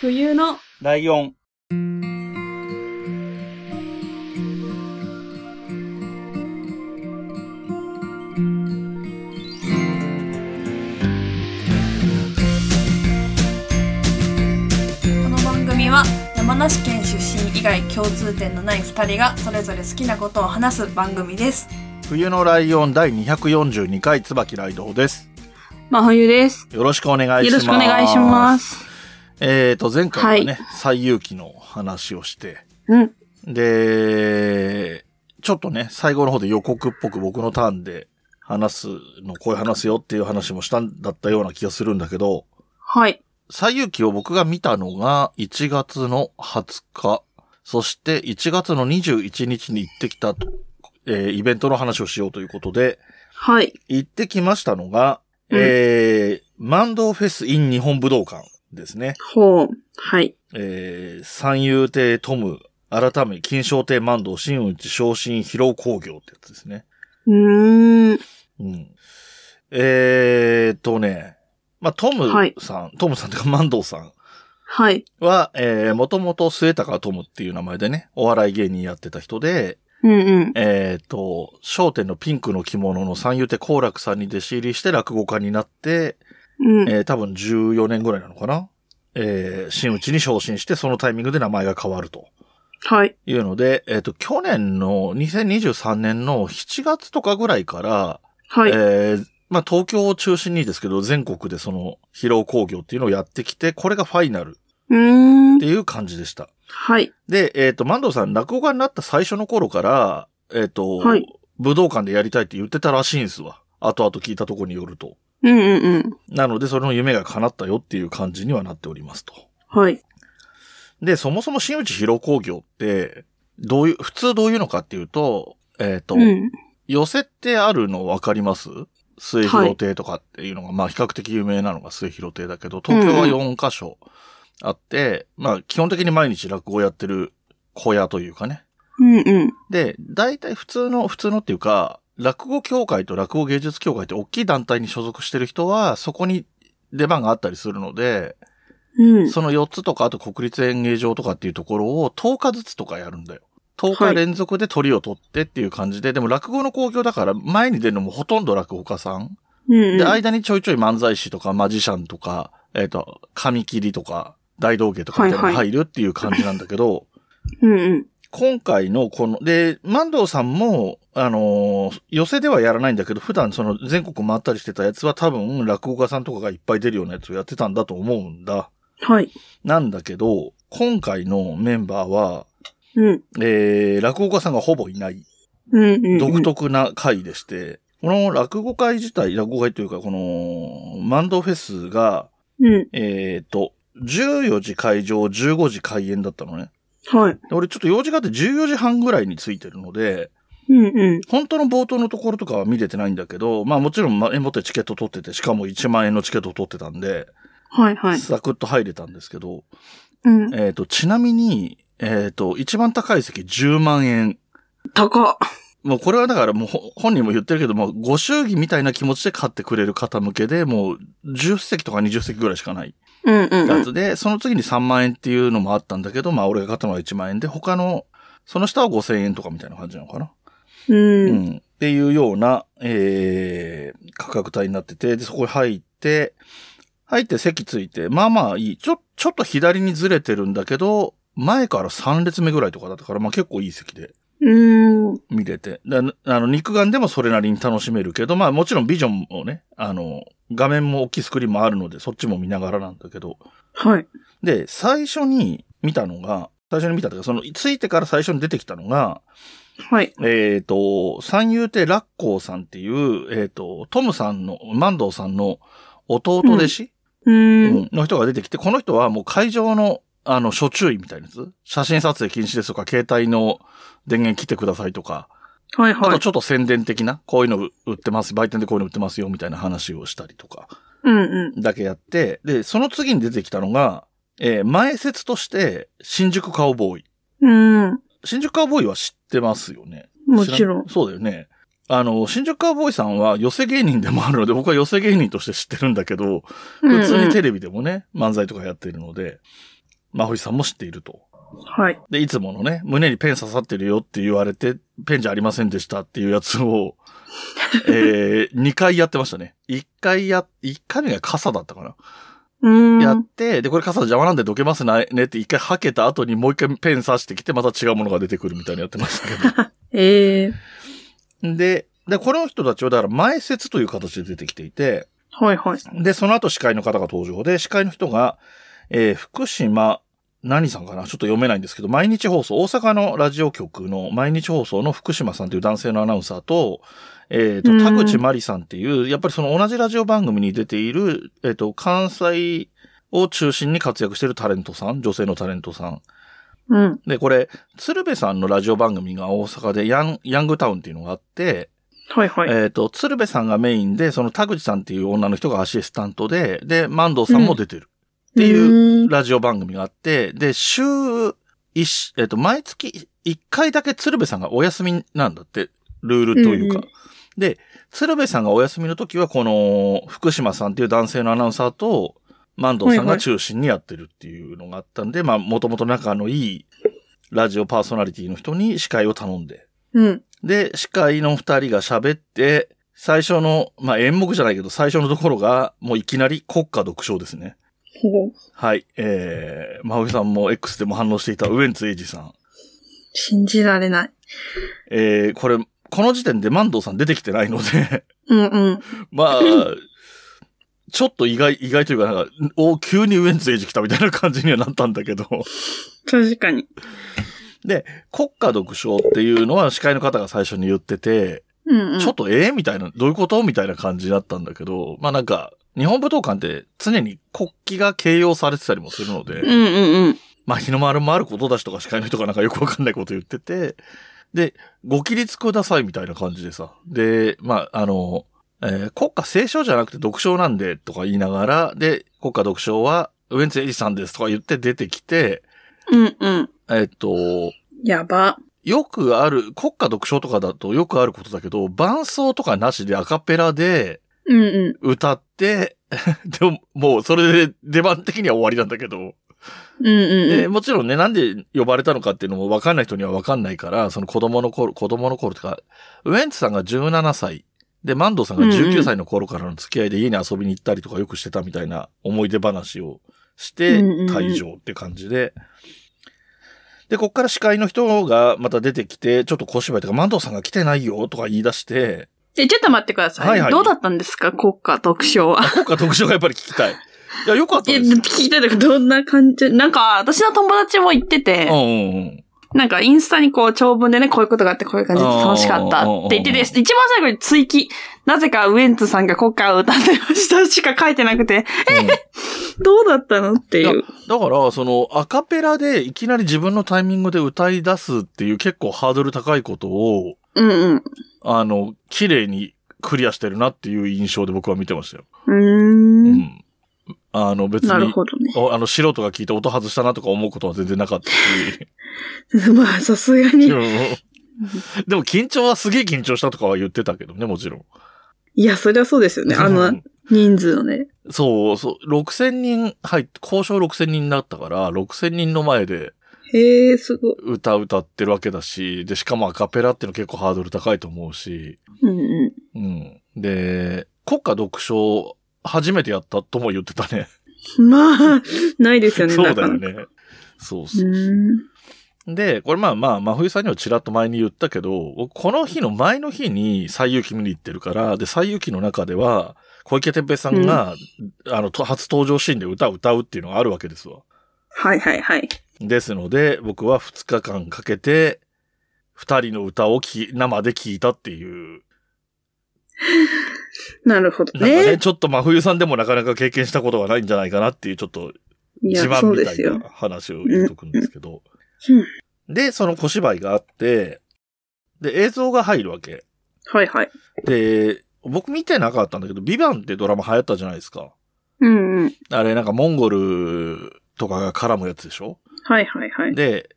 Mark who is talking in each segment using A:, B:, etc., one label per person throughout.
A: 冬の
B: ライオン。
C: この番組は山梨県出身以外共通点のない2人がそれぞれ好きなことを話す番組です
D: 冬のライオン第242回椿ライドウです。
A: 真冬です。
D: よろしくお願いします。。
A: よろしくお願いしますす。
D: えーと、前回はね、
A: は
D: 最有機の話をして、
A: うん。
D: で、ちょっとね、最後の方で予告っぽく僕のターンで話すの、こういう話すよっていう話もしたんだったような気がするんだけど、
A: はい。
D: 最有機を僕が見たのが1月の20日、そして1月の21日に行ってきた、えーイベントの話をしようということで、
A: はい。
D: 行ってきましたのが、
A: うん
D: えー、マンドーフェスイン日本武道館ですね。
A: ほう。はい。
D: えー、三遊亭トム、改め、金賞亭マンドー、新内昇進疲労工業ってやつですね。
A: うーん。
D: うん。えーっとね、まあ、トム
A: はい
D: さん、トムさんというかマンドーさん
A: はい。
D: は、えー、もともと末高トムっていう名前でね、お笑い芸人やってた人で、
A: うんうん。
D: えーっと、商店のピンクの着物の三遊亭好楽さんに弟子入りして落語家になって、
A: うん。
D: えー多分14年ぐらいなのかな。えー真打ちに昇進して、そのタイミングで名前が変わると
A: はい。
D: いうので、えっ、と、去年の2023年の7月とかぐらいから、
A: はい
D: え。ーまあ、東京を中心にですけど、全国でその、疲労工業っていうのをやってきて、これがファイナル
A: うーん
D: って。いう感じでした。
A: はい。
D: で、えっ、と、マンドさん、落語家になった最初の頃から、えっ、と、
A: はい
D: 武道館でやりたいって言ってたらしいんですわ。後々聞いたところによると。
A: うんうんうん。
D: なので、それの夢が叶ったよっていう感じにはなっておりますと。
A: はい。
D: で、そもそも新内疲労工業って、どういう、普通どういうのかっていうと、えっ、と、
A: うん。
D: 寄せってあるのわかります末広亭とかっていうのが、まあ比較的有名なのが末広亭だけど、東京は4カ所あって、まあ基本的に毎日落語やってる小屋というかね。
A: うんうん。
D: で、大体普通の、普通のっていうか、落語協会と落語芸術協会って大きい団体に所属してる人は、そこに出番があったりするので、
A: うん。
D: その4つとか、あと国立演芸場とかっていうところを10日ずつとかやるんだよ。10
A: は
D: 日
A: い
D: 連続で鳥を取ってっていう感じで、でも落語の興行だから前に出るのもほとんど落語家さん。
A: うん
D: で、
A: うん。
D: 間にちょいちょい漫才師とかマジシャンとか、えっ、と、紙切りとか、大道芸とかみたいなのが入るっていう感じなんだけど、
A: うんうん。
D: 今回のこの、で、万堂さんも、あのー寄せではやらないんだけど、普段その全国回ったりしてたやつは多分落語家さんとかがいっぱい出るようなやつをやってたんだと思うんだ。
A: はい。
D: なんだけど、今回のメンバーは、
A: うん。
D: えー、落語家さんがほぼいない、
A: うんうんうん。
D: 独特な会でして、この落語会自体、落語会というか、この、マンドフェスが、
A: うん。
D: えっ、と、14時会場、15時開演だったのね。
A: はい。
D: で俺ちょっと用事があって14時半ぐらいに着いてるので、
A: うんうん。
D: 本当の冒頭のところとかは見れてないんだけど、まあもちろん前もってチケット取ってて、しかも1万円のチケットを取ってたんで、
A: はいはい。
D: サクッと入れたんですけど、
A: うん。
D: えっ、と、ちなみに、えっ、と、一番高い席10万円。
A: 高っ。
D: もうこれはだからもうほ本人も言ってるけど、もうご祝儀みたいな気持ちで買ってくれる方向けで、もう10席とか20席ぐらいしかない
A: うんうんう
D: や
A: ん。
D: つで、その次に3万円っていうのもあったんだけど、まあ俺が買ったのは1万円で、他の、その下は5000円とかみたいな感じなのかな。
A: う。
D: うんん。っていうような、えー、価格帯になってて、で、そこに入って、入って席ついて、まあまあいい。ちょ、ちょっと左にずれてるんだけど、前から3列目ぐらいとかだったから、まあ結構いい席で
A: うん。
D: 見れて。だあの、肉眼でもそれなりに楽しめるけど、まあもちろんビジョンもね、あの、画面も大きいスクリーンもあるので、そっちも見ながらなんだけど。
A: はい。
D: で、最初に見たのが、最初に見たというか、その、ついてから最初に出てきたのが、
A: はい。
D: えっ、と、三遊亭楽光さんっていう、えっ、と、トムさんの、万堂さんの弟弟子、
A: う。
D: うんんの人が出てきて、この人はもう会場の、あの、所注意みたいなやつ写真撮影禁止ですとか、携帯の電源切ってくださいとか、
A: はい
D: あ
A: は
D: と
A: い。
D: ちょっと宣伝的な、こういうの売ってます、売店でこういうの売ってますよ、みたいな話をしたりとか、
A: うんうん。
D: だけやって、で、その次に出てきたのが、えー前説として、新宿カウボーイ。
A: うん。
D: 新宿カウボーイは知ってますよね。
A: もちろん
D: 知。らそうだよね。あの、新宿カウボーイさんは寄せ芸人でもあるので、僕は寄せ芸人として知ってるんだけど、普通にテレビでもね、漫才とかやってるので、まほいさんも知っていると。
A: はい。
D: で、いつものね、胸にペン刺さってるよって言われて、ペンじゃありませんでしたっていうやつ を、えー、2回やってましたね。1回や、1回目が傘だったかな。
A: うーん。
D: やって、で、これ傘邪魔なんでどけますねって1回はけた後にもう1回ペン刺してきて、また違うものが出てくるみたいにやってましたけど。
A: ええ
D: で、で、この人たちはだから前説という形で出てきていて、
A: はいはい。
D: で、その後司会の方が登場で、司会の人が、えー福島、何さんかなちょっと読めないんですけど、毎日放送、大阪のラジオ局の毎日放送の福島さんという男性のアナウンサーと、えっ、
A: うん
D: と、田口まりさんっていう、やっぱりその同じラジオ番組に出ている、えっ、と、関西を中心に活躍しているタレントさん、女性のタレントさん
A: うん。
D: で、これ、鶴瓶さんのラジオ番組が大阪でヤン、ヤングタウンっていうのがあって、
A: はいはい。
D: えっ、と、鶴瓶さんがメインで、その田口さんっていう女の人がアシスタントで、で、万堂さんも出てる。ていう
A: うーん。
D: ラジオ番組があって、で、週一、えっ、と、毎月1回だけ鶴瓶さんがお休みなんだって、ルールという
A: う
D: か。
A: ん
D: で、鶴瓶さんがお休みの時は、この、福島さんっていう男性のアナウンサーと、万堂さんが中心にやってるっていうのがあったんで、まあ、もともと仲のいいラジオパーソナリティの人に司会を頼んで、
A: うん。
D: で、司会の二人が喋って、最初の、まあ、演目じゃないけど、最初のところが、もういきなり国家独唱ですね。
A: ほう。
D: はい。えー、まほぎさんも X でも反応していたウエンツエイジさん。
A: 信じられない。
D: えー、これ、この時点で万堂さん出てきてないので、
A: うんうん。
D: まあ、ちょっと意外、意外というか、なんか、お、急にウエンツエイジ来たみたいな感じにはなったんだけど、
A: 確かに。
D: 国家独唱っていうのは司会の方が最初に言ってて、
A: うんうん。
D: ちょっとええみたいな、どういうことみたいな感じだったんだけど、まあなんか、日本武道館って常に国旗が形容されてたりもするので、
A: うんうんうん。
D: まあ日の丸もあることだしとか司会の人がなんかよくわかんないこと言ってて、で、ご起立くださいみたいな感じでさ、で、まああの、えー国家斉唱じゃなくて独唱なんでとか言いながら、で、国家独唱はウエンツエイジさんですとか言って出てきて、
A: うんうん。
D: えっと、
A: やば。
D: よくある、国家独唱とかだとよくあることだけど、伴奏とかなしでアカペラで、
A: うんう
D: 歌って、 でも、もうそれで出番的には終わりなんだけど、
A: ん。うんうん
D: で
A: うん。
D: もちろんね、なんで呼ばれたのかっていうのも分かんない人には分かんないから、その子供の頃、子供の頃とか、ウエンツさんが17歳、で、マンドさんが19歳の頃からの付き合いで家に遊びに行ったりとかよくしてたみたいな思い出話をして、
A: うんうんうん
D: 退場って感じで、で、こっから司会の人がまた出てきて、ちょっと小芝居とか、マンドさんが来てないよとか言い出して、
A: え、ちょっと待ってください。
D: はいはい
A: どうだったんですか国家特賞は。
D: 国家特徴がやっぱり聞きたい。いや、よかった
A: え、
D: ですよ。
A: 聞きたいとかどんな感じなんか、私の友達も言ってて、
D: うんうんうん。
A: なんかインスタにこう長文でね、こういうことがあってこういう感じで楽しかったって言ってて、
D: うん
A: 一番最後に追記。なぜかウエンツさんが国歌を歌ってましたしか書いてなくて、
D: うん
A: どうだったのっていう。
D: だから、その、アカペラでいきなり自分のタイミングで歌い出すっていう結構ハードル高いことを、
A: うんうん。
D: あの、綺麗にクリアしてるなっていう印象で僕は見てましたよ。
A: うー。
D: うんん。あの、別
A: なる
D: に、
A: ほどね。
D: おあの、素人が聞いて音外したなとか思うことは全然なかった し。
A: まあ、さすがに
D: う。んでも緊張はすげえ緊張したとかは言ってたけどね、もちろん。
A: いや、そりゃそうですよね。あ
D: う
A: の
D: ん、
A: 人数のね。
D: そう、そう、6000人入って、交渉6000人だったから、6000人の前で、
A: へえ、すごい。
D: 歌歌ってるわけだし、で、しかもアカペラっての結構ハードル高いと思うし、
A: うんう
D: うん。で、国家独唱、初めてやったとも言ってたね。
A: ん。まあ、ないですよね、
D: そうだよ
A: なかなか。
D: ね。そう
A: う
D: そ
A: ー
D: う。
A: ん。
D: で、これまあまあ、真冬さんにはちらっと前に言ったけど、僕この日の前の日に最遊記見に行ってるから、で、最遊記の中では、小池徹平さんが、あの、と初登場シーンで歌を歌うっていうのがあるわけですわ。
A: はいはいはい。
D: ですので、僕は2日間かけて、二人の歌をき生で聴いたっていう
A: なるほど
D: なんかね、
A: ね。
D: ちょっと真冬さんでもなかなか経験したことがないんじゃないかなっていう、ちょっと
A: い
D: 自
A: や、
D: 慢
A: そう
D: み
A: で
D: たい
A: すよ
D: な。話を言っとくんですけど
A: うんうん。
D: で、その小芝居があって、で、映像が入るわけ。
A: はいはい。
D: で、僕見てなかったんだけど、ビバンってドラマ流行ったじゃないですか。
A: うんうん。
D: あれ、なんかモンゴルとかが絡むやつでしょ
A: はいはいはい。
D: で、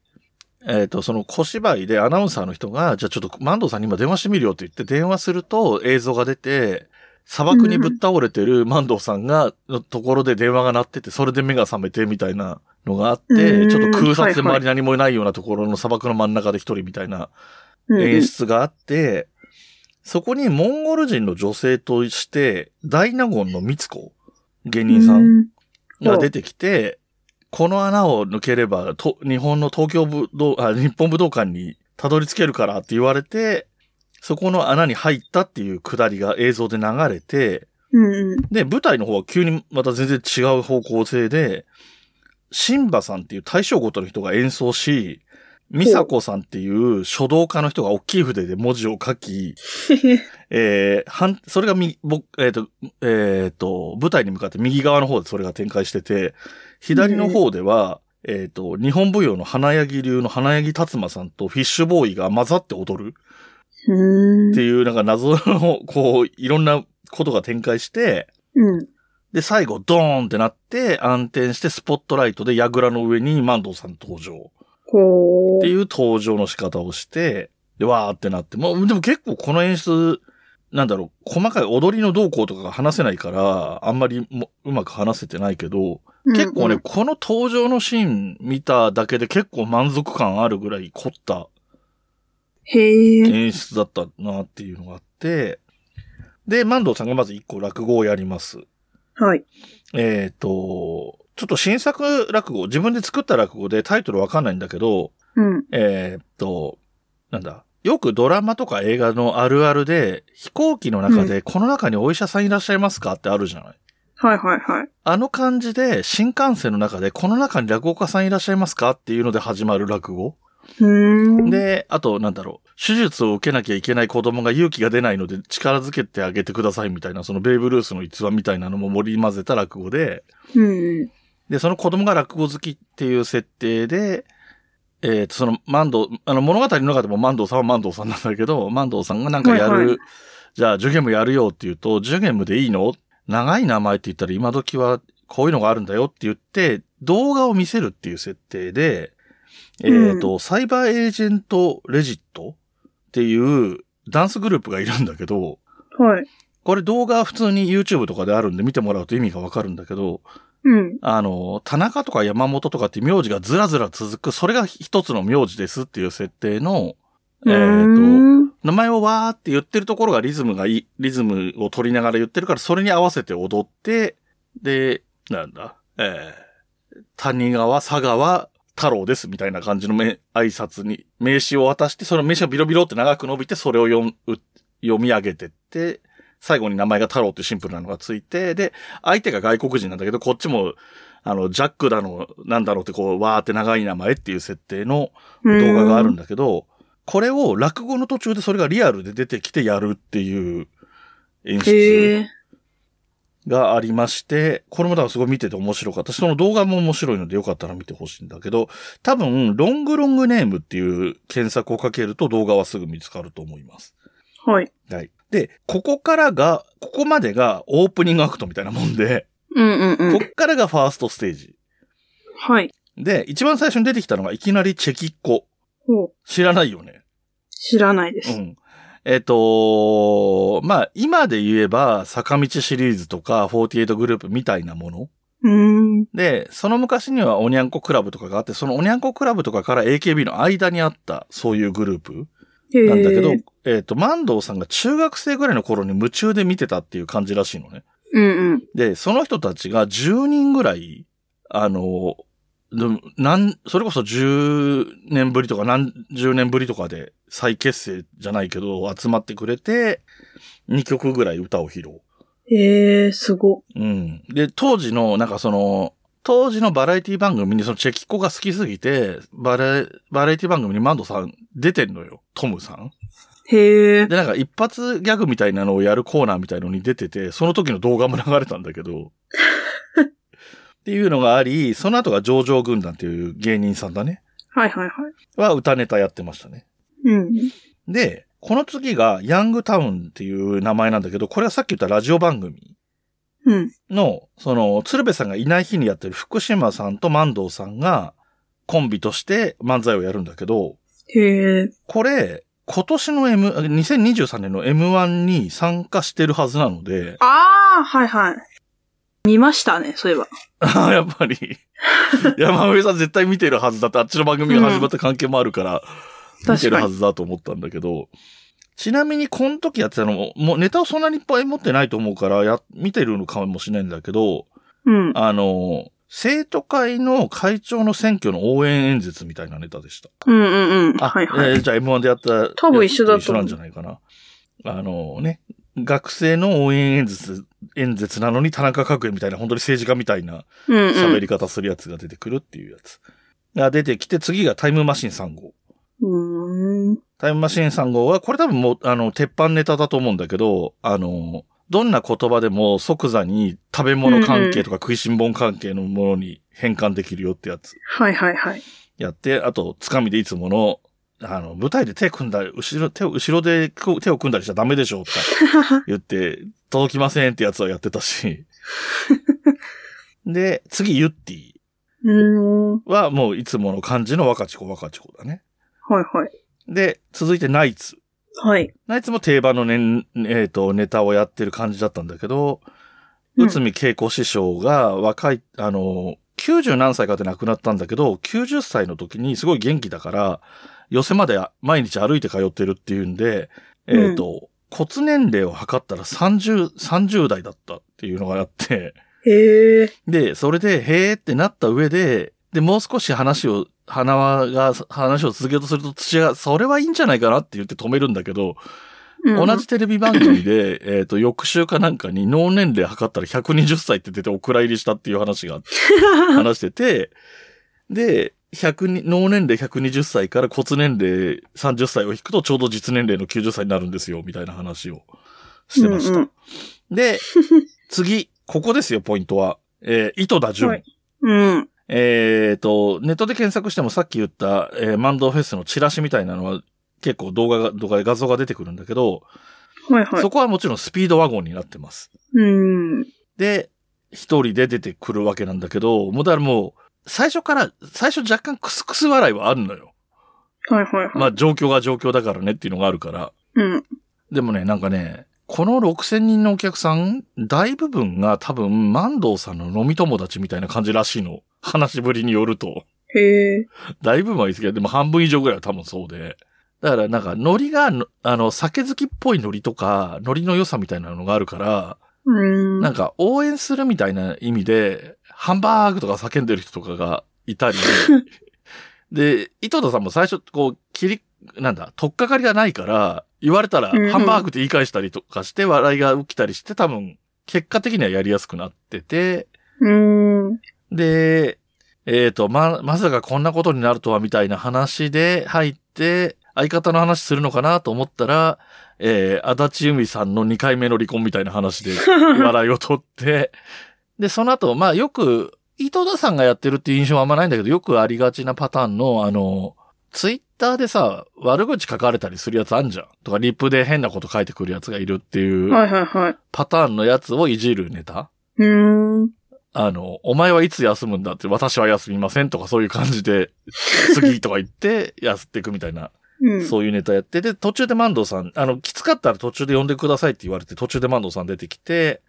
D: えっ、と、その小芝居でアナウンサーの人が、じゃあちょっと、万堂さんに今電話してみるよって言って電話すると映像が出て、砂漠にぶっ倒れてる万堂さんが、のところで電話が鳴ってて、それで目が覚めてみたいなのがあって、
A: うん
D: ちょっと空撮で
A: はいは
D: 周
A: い
D: り何もいないようなところの砂漠の真ん中で一人みたいな
A: うんうん
D: 演出があって、そこにモンゴル人の女性として、大納言のミツコ、芸人さん
A: う
D: が出てきて、この穴を抜ければ、と日本の東京武道あ、日本武道館にたどり着けるからって言われて、そこの穴に入ったっていうくだりが映像で流れて、
A: うんうん。
D: で、舞台の方は急にまた全然違う方向性で、シンバさんっていう大正ごとの人が演奏し、ミサコさんっていう書道家の人が大きい筆で文字を書き、えー、はん、それがみ、僕、えっ、と、えっ、と、舞台に向かって右側の方でそれが展開してて、左の方では、えっ、と、日本舞踊の花柳流の花柳達馬さんとフィッシュボーイが混ざって踊る
A: う
D: っ
A: ん
D: ていう、なんか謎の、こう、いろんなことが展開して、
A: うん。
D: で、最後、ドーンってなって、暗転して、スポットライトで、ヤグラの上に万堂さん登場。
A: こ
D: って
A: う。
D: いう登場の仕方をして、で、わーってなって。まあ、でも結構この演出、なんだろう、細かい踊りの動向とかが話せないから、あんまりもうまく話せてないけど、結構ね、この登場のシーン見ただけで結構満足感あるぐらい凝った
A: へえ。
D: 演出だったなっていうのがあって、で、万堂さんがまず一個落語をやります。
A: はい。
D: えっ、と、ちょっと新作落語、自分で作った落語でタイトルわかんないんだけど、
A: うん。
D: えーっと、なんだ。よくドラマとか映画のあるあるで、飛行機の中で、この中にお医者さんいらっしゃいますかってあるじゃない。
A: はいはいはい。
D: あの感じで、新幹線の中で、この中に落語家さんいらっしゃいますかっていうので始まる落語。
A: うーん。
D: で、あと、なんだろう。手術を受けなきゃいけない子供が勇気が出ないので力づけてあげてくださいみたいな、そのベーブ・ルースの逸話みたいなのも盛り混ぜた落語で、
A: うんうん。
D: で、その子供が落語好きっていう設定で、えっ、と、その、万堂、あの、物語の中でも万堂さんは万堂さんなんだけど、万堂さんがなんかやる、
A: はいはい
D: じゃあ、ジュゲムやるよって言うと、ジュゲムでいいの長い名前って言ったら今時はこういうのがあるんだよって言って、動画を見せるっていう設定で、えっ、と、サイバーエージェントレジットっていうダンスグループがいるんだけど、
A: はい。
D: これ動画は普通に YouTube とかであるんで見てもらうと意味がわかるんだけど、
A: うん。
D: あの、田中とか山本とかって名字がずらずら続く、それが一つの名字ですっていう設定の、えっ、と、
A: ーと。
D: 名前をわーって言ってるところがリズムがいい、リズムを取りながら言ってるから、それに合わせて踊って、で、なんだ、えー、谷川、佐川、太郎ですみたいな感じのめ挨拶に、名刺を渡して、その名刺がビロビロって長く伸びて、それを読む読み上げてって、最後に名前が太郎っていうシンプルなのがついて、で、相手が外国人なんだけど、こっちも、あの、ジャックだの、なんだろうってこう、わーって長い名前っていう設定の、動画があるん
A: だ。
D: だけど、これを落語の途中でそれがリアルで出てきてやるっていう
A: へ
D: 演出
A: え。
D: がありまして、これもだからすごい見てて面白かったし、その動画も面白いのでよかったら見てほしいんだけど、多分、ロングロングネームっていう検索をかけると動画はすぐ見つかると思います。
A: はい。
D: はい。で、ここからが、ここまでがオープニングアクトみたいなもんで、
A: うんうんう
D: こ
A: ん。
D: っからがファーストステージ。
A: はい。
D: で、一番最初に出てきたのがいきなりチェキッコ。
A: ほう。
D: 知らないよね。
A: 知らないで
D: う
A: す。
D: ん。えっ、とまあ、今で言えば、坂道シリーズとか、48グループみたいなもの。
A: うーん。
D: で、その昔にはおにゃんこクラブとかがあって、そのおにゃんこクラブとかから AKB の間にあった、そういうグループ
A: へえ。
D: なんだけど、えっ、と、万堂さんが中学生ぐらいの頃に夢中で見てたっていう感じらしいのね。
A: うんうん。
D: で、その人たちが10人ぐらい、あの、でもなん、それこそ10年ぶりとか何十年ぶりとかで再結成じゃないけど集まってくれて、2曲ぐらい歌を披露。
A: へえ、すご。
D: うん。で、当時の、なんかその、当時のバラエティ番組にそのチェキっ子が好きすぎて、バラ、バラエティ番組にマンドさん出てんのよ。トムさん。
A: へえ。
D: で、なんか一発ギャグみたいなのをやるコーナーみたいのに出てて、その時の動画も流れたんだけど。っていうのがあり、その後が上場軍団っていう芸人さんだね。
A: はいはいはい。
D: は歌ネタやってましたね。
A: うん。
D: で、この次がヤングタウンっていう名前なんだけど、これはさっき言ったラジオ番組
A: うん。
D: の、その、鶴瓶さんがいない日にやってる福島さんと万堂さんがコンビとして漫才をやるんだけど、
A: へえ。
D: これ、今年の M、2023年の M1 に参加してるはずなので、
A: ああ、はいはい。見ましたね、そういえば。
D: ああ、 やっ ぱり。山上さん絶対見てるはずだって、あっちの番組が始まった関係もあるから、
A: うん
D: 見てるはずだと思ったんだけど、ちなみにこの時やってたのも、もうネタをそんなにいっぱい持ってないと思うから、や、見てるのかもしれないんだけど、
A: うん。
D: あの、生徒会の会長の選挙の応援演説みたいなネタでした。
A: うんうんうん。
D: あ、
A: はいはい。
D: えーじゃあ M1 でやった。
A: 多分一緒だと思う
D: 一緒なんじゃないかな。あのね、学生の応援演説、演説なのに田中角栄みたいな、本当に政治家みたいな
A: うん
D: 喋り方するやつが出てくるっていうやつ。が出てきて、次がタイムマシン3号。
A: うん。うーん。
D: タイムマシン3号は、これ多分もう、あの、鉄板ネタだと思うんだけど、あの、どんな言葉でも即座に食べ物関係とか食いしん坊関係のものに変換できるよってやつ。
A: はいはいはい。
D: やって、あと、つかみでいつもの、あの、舞台で手組んだり、後ろ、手を、後ろでこう手を組んだりしちゃダメでしょうとか言って、届きませんってやつはやって たし。で、次、ユッティ
A: うーん。
D: はもういつもの感じの若ち子若ち子だね。
A: はいはい。
D: で、続いてナイツ。
A: はい。
D: ナイツも定番のねん、えっ、と、ネタをやってる感じだったんだけど、
A: うん
D: 内海恵子師匠が若い、あの、90何歳かで亡くなったんだけど、90歳の時にすごい元気だから、寄せまで毎日歩いて通ってるっていうんで、えっ、と、骨年齢を測ったら30、30代だったっていうのがあって、
A: へえ。
D: で、それで、へーってなった上で、で、もう少し話を、花輪が話を続けようとすると土屋が、それはいいんじゃないかなって言って止めるんだけど、
A: うん
D: 同じ。テレビ番組で、 えっ、と、翌週かなんかに脳年齢測ったら120歳って出てお蔵入りしたっていう 話が、話してて、で、100に脳年齢120歳から骨年齢30歳を引くとちょうど実年齢の90歳になるんですよ、みたいな話をしてました。
A: うん
D: で、次、ここですよ、ポイントは。えー、糸田純。
A: はいうん。うん。
D: えっ、と、ネットで検索してもさっき言った、えーマンドフェスのチラシみたいなのは結構動画が、動画で画像が出てくるんだけど、
A: はいはい
D: そ。こはもちろんスピードワゴンになってます。
A: うん。
D: で、一人で出てくるわけなんだけど、もうだからもう、最初から、最初若干クスクス笑いはあるのよ。
A: はいはいはい。
D: まあ状況が状況だからねっていうのがあるから。
A: うん。
D: でもね、なんかね、この6000人のお客さん、大部分が多分、万堂さんの飲み友達みたいな感じらしいの。話しぶりによると。
A: へえ。
D: 大部分はいいですけど、でも半分以上ぐらいは多分そうで。だからなんか、ノリが、のあの、酒好きっぽいノリとか、ノリの良さみたいなのがあるから、
A: うん。
D: なんか応援するみたいな意味で、ハンバーグとか叫んでる人とかが いたり、で、井戸田さんも最初、こう、切り、なんだ、取っかかりがないから、言われたら、
A: うんうん
D: ハンバーグって言い返したりとかして、笑いが起きたりして、多分、結果的にはやりやすくなってて、
A: うん。
D: で、えっ、と、ま、まさかこんなことになるとは、みたいな話で入って、相方の話するのかなと思ったら、えー、足立由美さんの2回目の離婚みたいな話で、笑いを取って、で、その後、まあよく、伊藤田さんがやってるっていう印象はあんまないんだけど、よくありがちなパターンの、あの、ツイッターでさ、悪口書かれたりするやつあんじゃん。とか、リップで変なこと書いてくるやつがいるっていう
A: はいはいはい。
D: パターンのやつをいじるネタ。
A: うん。
D: あの、お前はいつ休むんだって、私は休みませんとかそういう感じ で、次とか言って、休っていくみたいな、
A: うん。
D: そういうネタやって、で、途中でマンドさん、あの、きつかったら途中で呼んでくださいって言われて、途中でマンドさん出てきて、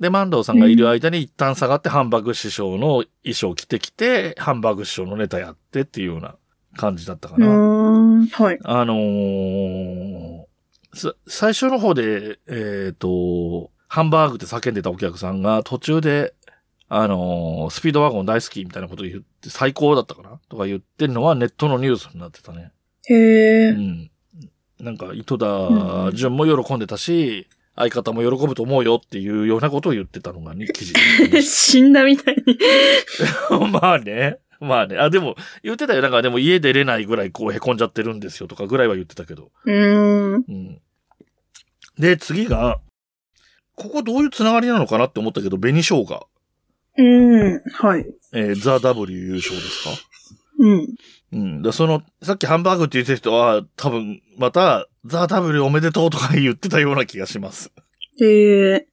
D: で、マンドさんがいる間に一旦下がって、ハンバーグ師匠の衣装着てきて、ハンバーグ師匠のネタやってっていうような感じだったか
A: う
D: な。
A: ん。はい。
D: あのーさ最初の方で、えっ、と、ハンバーグって叫んでたお客さんが途中で、あのースピードワゴン大好きみたいなこと言って、最高だったかなとか言ってるのはネットのニュースになってたね。
A: へ
D: う
A: え。
D: ん。なんか、糸田純も喜んでたし、相方も喜ぶと思うよっていうようなことを言ってたのが、ね、記事になってまし
A: 死んだみたいに。
D: た。 まあね。まあね。あ、でも、言ってたよ。なんか、でも家出れないぐらいこう凹んじゃってるんですよとかぐらいは言ってたけど。
A: うん。
D: うん。で、次が、ここどういうつながりなのかなって思ったけど、紅生姜。
A: うん。はい。
D: えーザ・ W 優勝ですか
A: うん。
D: うん。だその、さっきハンバーグって言ってた人は、多分、また、ザ・ W おめでとうとか言ってたような気がします。
A: へえ。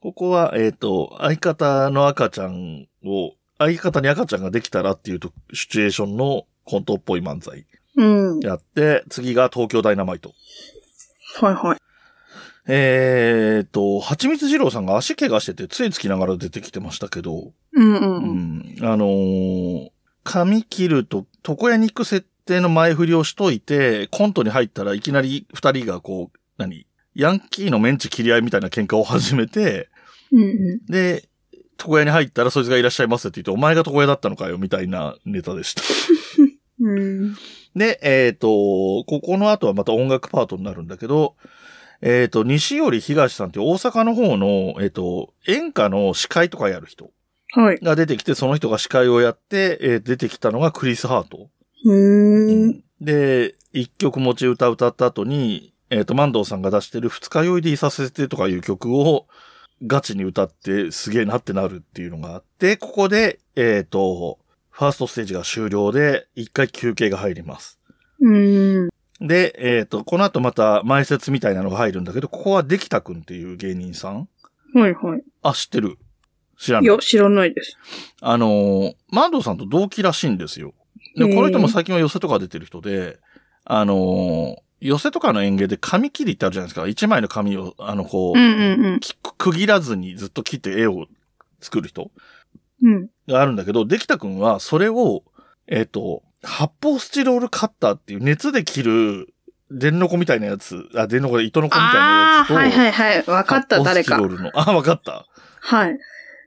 D: ここは、えっ、と、相方の赤ちゃんを、相方に赤ちゃんができたらっていうとシチュエーションのコントっぽい漫才。
A: うん。
D: やって、次が東京ダイナマイト。
A: はいはい。
D: えーっと、蜂蜜二郎さんが足怪我してて、杖つきながら出てきてましたけど、
A: うんう
D: うん
A: うん。
D: ん。あのー髪切ると、床屋に行く設定の前振りをしといて、コントに入ったらいきなり二人がこう、何ヤンキーのメンチ切り合いみたいな喧嘩を始めて、
A: うんう
D: で、床屋に入ったらそいつがいらっしゃいますって言って、お前が床屋だったのかよ、みたいなネタでした。
A: ん。うん。
D: で、えっ、と、ここの後はまた音楽パートになるんだけど、えっ、と、西織東さんっていう大阪の方の、えっ、と、演歌の司会とかやる人
A: はい。
D: が出てきて、その人が司会をやって、えー出てきたのがクリス・ハート。
A: うーん。
D: で、一曲持ち歌歌った後に、えっ、と、万堂さんが出してる二日酔いでいさせてとかいう曲をガチに歌ってすげえなってなるっていうのがあって、ここで、えっ、と、ファーストステージが終了で、一回休憩が入ります。
A: うん。
D: で、えっ、と、この後また前説みたいなのが入るんだけど、ここはできたくんっていう芸人さん
A: はいはい。
D: あ、知ってる知ら
A: い
D: ない
A: や、。知らないです。
D: あのー、マンドさんと同期らしいんですよ。で、
A: へー
D: この人も最近は寄せとか出てる人で、あのー、寄せとかの演芸で紙切りってあるじゃないですか。一枚の紙を、あの、こ
A: う
D: う、
A: んうん
D: き区切らずにずっと切って絵を作る人
A: うん。うん。
D: があるんだけど、できたくんはそれを、えっ、と、発泡スチロールカッターっていう熱で切る、電の子みたいなやつ、あ、電の子で糸の子みたいなや
A: あ
D: つ
A: あー、
D: と、
A: はいはいはい。わかった、誰
D: 発
A: か
D: 泡。スチロールの、あ、わかった。
A: はい。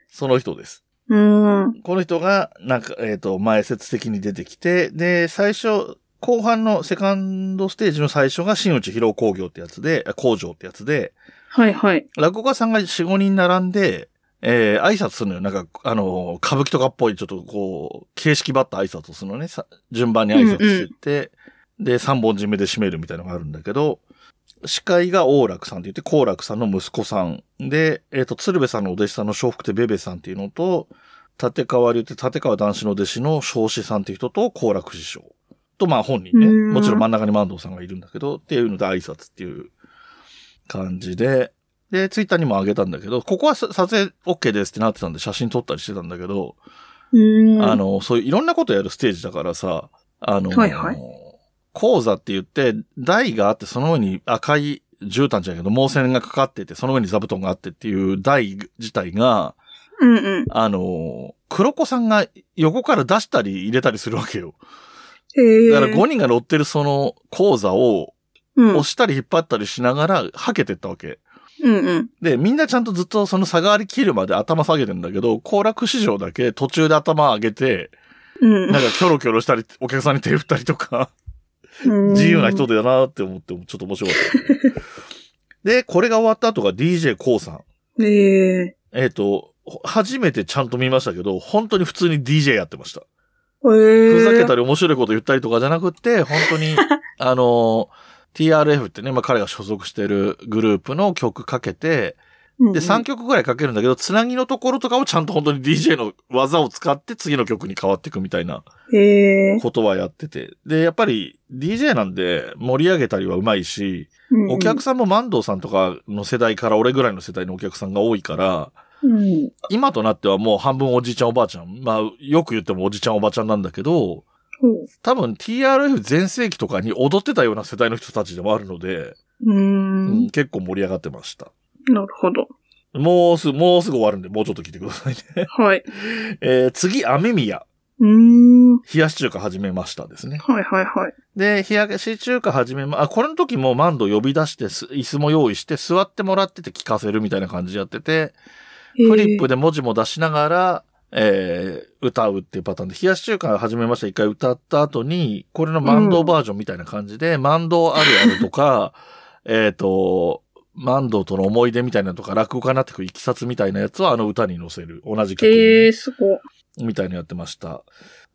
D: その人です。
A: うーん。
D: この人が、なんか、えっ、と、前説的に出てきて、で、最初、後半のセカンドステージの最初が新内広工業ってやつで、あ工場ってやつで、
A: はいはい。
D: 落語家さんが4、5人並んで、えー挨拶するのよ。なんか、あの、歌舞伎とかっぽい、ちょっとこう、形式ばった挨拶をするのね。さ順番に挨拶してって、で、3本締めで締めるみたいなのがあるんだけど、司会が王楽さんって言って、幸楽さんの息子さん。で、えっ、と、鶴瓶さんのお弟子さんの小福亭ベベさんっていうのと、立川流って立川男子の弟子の少子さんっていう人と、幸楽師匠。と、まあ本人ね。
A: うん
D: もちろん真ん中に万堂さんがいるんだけど、っていうので挨拶っていう感じで、で、ツイッターにも上げたんだけど、ここはさ撮影 OK ですってなってたんで写真撮ったりしてたんだけど、
A: うーん。
D: あ、の、そういういろんなことやるステージだからさ、あの、
A: はいはい
D: 講座って言って、台があってその上に赤い絨毯じゃないけど、毛線がかかってて、その上に座布団があってっていう台自体が、
A: うんうん。
D: あの、黒子さんが横から出したり入れたりするわけよ。
A: へえ。
D: だから5人が乗ってるその講座を
A: うん
D: 押したり引っ張ったりしながら、はけてったわけ。
A: うんうん。
D: で、みんなちゃんとずっとその差があり切るまで頭下げてんだけど、行楽市場だけ途中で頭上げて、
A: うん
D: なんかキョロキョロしたり、お客さんに手振ったりとか、
A: うん。
D: 自由な人だなって思って、ちょっと面白 かった。で、これが終わった後が DJ コウさん。
A: へえ。
D: えっ、と、初めてちゃんと見ましたけど、本当に普通に DJ やってました。
A: ふ
D: ふざけたり面白いこと言ったりとかじゃなくって、本当 に、あの、TRF ってね、まあ彼が所属してるグループの曲かけて、で、3曲ぐらいかけるんだけど、つなぎのところとかをちゃんと本当に DJ の技を使って次の曲に変わっていくみたいな
A: へえ。
D: ことはやってて。で、やっぱり DJ なんで盛り上げたりはうまいし、お客さんも万堂さんとかの世代から俺ぐらいの世代のお客さんが多いから、
A: うん。
D: 今となってはもう半分おじいちゃんおばあちゃん。まあ、よく言ってもおじいちゃんおばあちゃんなんだけど、
A: ほ
D: 多分 TRF 全盛期とかに踊ってたような世代の人たちでもあるので、
A: う。うーん
D: うん。結構盛り上がってました。
A: なるほど。
D: もうすぐ、もうすぐ終わるんで、もうちょっと聞いてくださいね。
A: はい。
D: えー次、雨宮。
A: うーん。
D: 冷やし中華始めましたですね。
A: はいはいはい。
D: で、冷やし中華始めま、あ、これの時もマンド呼び出してす、椅子も用意して、座ってもらってて聞かせるみたいな感じでやってて、
A: へー
D: フリップで文字も出しながら、えー歌うっていうパターンで、冷やし中華始めました一回歌った後に、これのマンドバージョンみたいな感じで、マンドあるあるとか、 えっと、マンドとの思い出みたいなのとか、落語家になってくいきさつみたいなやつはあの歌に載せる。同じ曲にね、
A: へえ、すご
D: みたいなのやってました。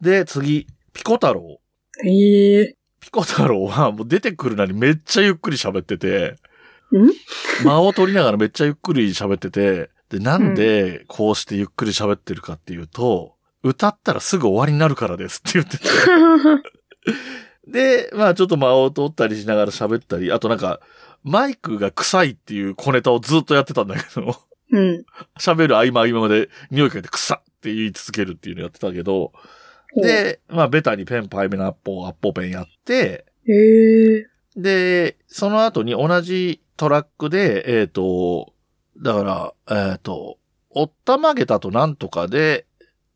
D: で、次、ピコ太郎。
A: い。へえ。
D: ピコ太郎はもう出てくるなりめっちゃゆっくり喋ってて、
A: ん
D: 間を取りながらめっちゃゆっくり喋ってて、で、なんでこうしてゆっくり喋ってるかっていうと、歌ったらすぐ終わりになるからですって言ってて。 で、まあちょっと間を取ったりしながら喋ったり、あとなんか、マイクが臭いっていう小ネタをずっとやってたんだけど、
A: うん。
D: 喋る合間合間まで匂い嗅いで臭っって言い続けるっていうのやってたけど、で、まあ、ベタにペンパイメのアッポー、アッポーペンやって、
C: へえ。
D: で、その後に同じトラックで、えっ、と、だから、えっ、と、おったまげたとなんとかで、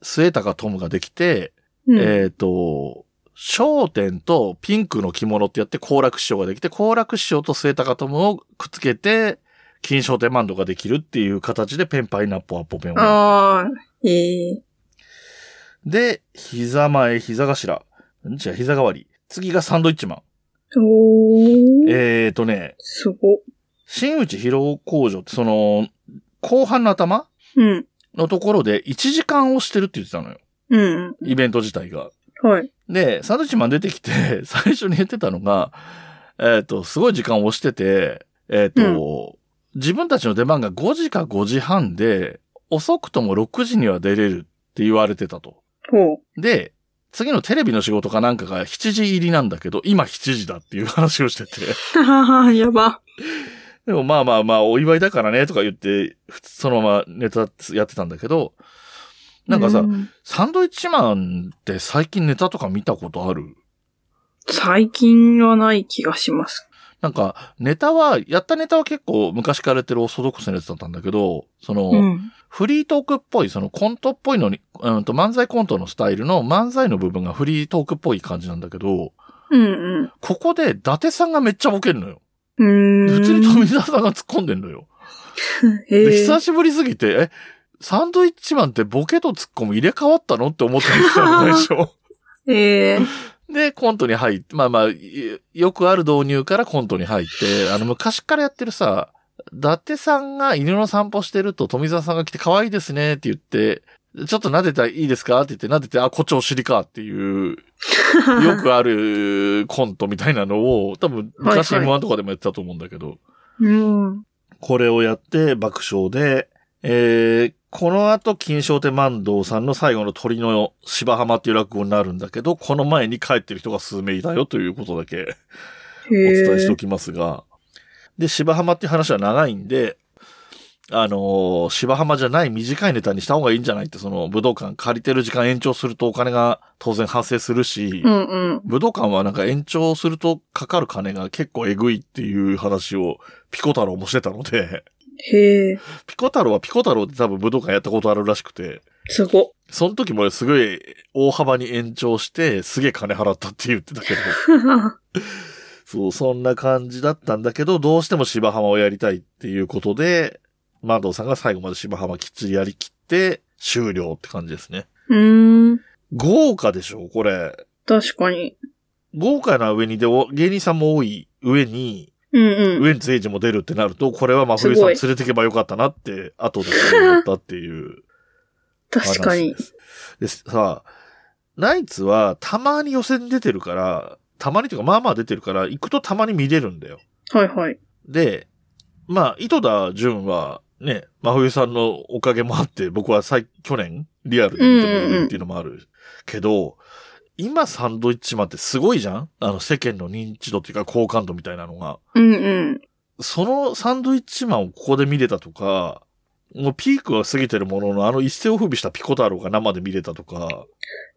D: 末高トムができて、
C: うん
D: えっ、と、焦点とピンクの着物ってやって、行楽師匠ができて、行楽師匠と末高トムをくっつけて、金賞天満堂ができるっていう形でペンパイナッポアッポペンをやる。
C: ああ、へえ。
D: で、膝前、膝頭。んじゃ、膝代わり。次がサンドイッチマン。
C: おー。
D: えーとね、
C: すご。
D: 新内広工場って、その、後半の頭
C: うん。
D: のところで1時間をしてるって言ってたのよ。
C: うん。
D: イベント自体が。
C: はい。
D: で、サンドイッチマン出てきて、 最初に言ってたのが、えーと、すごい時間を押してて、えーと、自分たちの出番が5時か5時半で、遅くとも6時には出れるって言われてたと。
C: ほう。
D: で、次のテレビの仕事かなんかが7時入りなんだけど、今7時だっていう話をしてて。
A: はは は、やば。
D: でもまあまあまあ、お祝いだからねとか言って、ふつそのままネタやってたんだけど、なんかさ、
C: う
D: サンドイッチマンって最近ネタとか見たことある
A: 最近はない気がします。
D: なんか、ネタは、やったネタは結構昔からやってるオーソドックスなやつだったんだけど、その、
A: うん。
D: フリートークっぽい、そのコントっぽいのに、うんと漫才コントのスタイルの漫才の部分がフリートークっぽい感じなんだけど、
A: うん
D: ここで伊達さんがめっちゃボケるのよ。
A: うん。うーん。
D: 普通に富澤さんが突っ込んでんのよ。
A: へ
D: で、
A: え。
D: 久しぶりすぎて、え、サンドイッチマンってボケと突っ込む入れ替わったのって思ったんですよ、 最初。
A: ええ
D: で、コントに入って、まあまあ、いよくある導入からコントに入って、あの、昔からやってるさ、伊達さんが犬の散歩してると富澤さんが来て可愛いですねって言って、ちょっと撫でたらいいですかって言って撫でて、あ、こっちお尻かっ ていう、よくあるコントみたいなのを、多分昔
A: はいは
D: M1 とかでもやってたと思うんだけど、
A: うん。
D: これをやって爆笑で、えー、この後、金賞手万堂さんの最後の鳥の芝浜っていう落語になるんだけど、この前に帰ってる人が数名いたよということだけ
A: へ
D: お伝えして
A: え
D: お。きますが、で、芝浜っていう話は長いんで、あのー芝浜じゃない短いネタにした方がいいんじゃないって、その武道館借りてる時間延長するとお金が当然発生するし、
A: うんうん。
D: 武道館はなんか延長するとかかる金が結構えぐいっていう話をピコ太郎もしてたので、
A: へえ。
D: ピコ太郎はピコ太郎って多分武道館やったことあるらしくて、
A: すご。
D: その時もすごい大幅に延長して、すげえ金払ったって言ってたけど、そう、そんな感じだったんだけど、どうしても芝浜をやりたいっていうことで、マドさんが最後まで芝浜きっちりやりきって、終了って感じですね。
A: うーん。
D: 豪華でしょこれ。
A: 確かに。
D: 豪華な上にで、お芸人さんも多い上に、
A: うんうん。
D: ウエンツエイジも出るってなると、これは真冬さん連れてけばよかったなって、後で思ったっていう。
A: 確か
D: 話
A: に
D: で。す。ですさあ、ナイツはたまに予選出てるから、たまにというかまあまあ出てるから、行くとたまに見れるんだよ。
A: はいはい。
D: で、まあ、糸田純はね、真冬さんのおかげもあって、僕は最、去年、リアルで見てもらえるっていうのもあるけど、今サンドイッチマンってすごいじゃんあの世間の認知度っていうか好感度みたいなのが。
A: うんうん。
D: そのサンドイッチマンをここで見れたとか、もうピークは過ぎてるものの、あの一世を風靡したピコ太郎が生で見れたとか、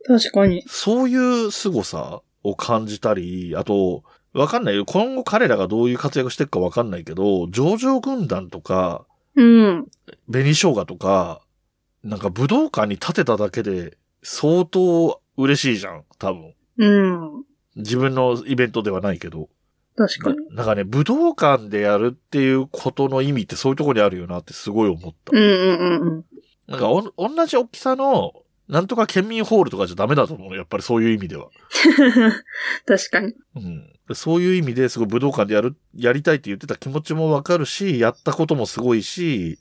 A: 確かに。
D: そういう凄さを感じたり、あと、わかんないよ。今後彼らがどういう活躍していくかわかんないけど、上場軍団とか、
A: うん。
D: 紅生姜とか、なんか武道館に立てただけで相当嬉しいじゃん、多分。
A: うん。
D: 自分のイベントではないけど。
A: 確かに。
D: なんかね、武道館でやるっていうことの意味ってそういうところにあるよなってすごい思った。
A: うんうんうん うん。
D: なんかお、同じ大きさの、なんとか県民ホールとかじゃダメだと思うのやっぱりそういう意味では。
A: 確かに。
D: うん、そういう意味ですごい武道館でやる、やりたいって言ってた気持ちもわかるし、やったこともすごいし、